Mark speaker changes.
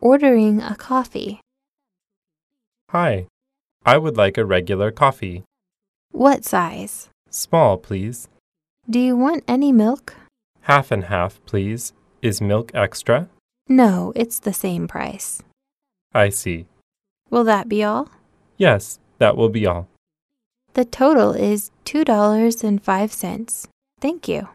Speaker 1: ordering a coffee.
Speaker 2: Hi. I would like a regular coffee.
Speaker 1: What size?
Speaker 2: Small, please.
Speaker 1: Do you want any milk?
Speaker 2: Half and half, please. Is milk extra?
Speaker 1: No, it's the same price.
Speaker 2: I see.
Speaker 1: Will that be all?
Speaker 2: Yes, that will be all.
Speaker 1: The total is $2.05. Thank you.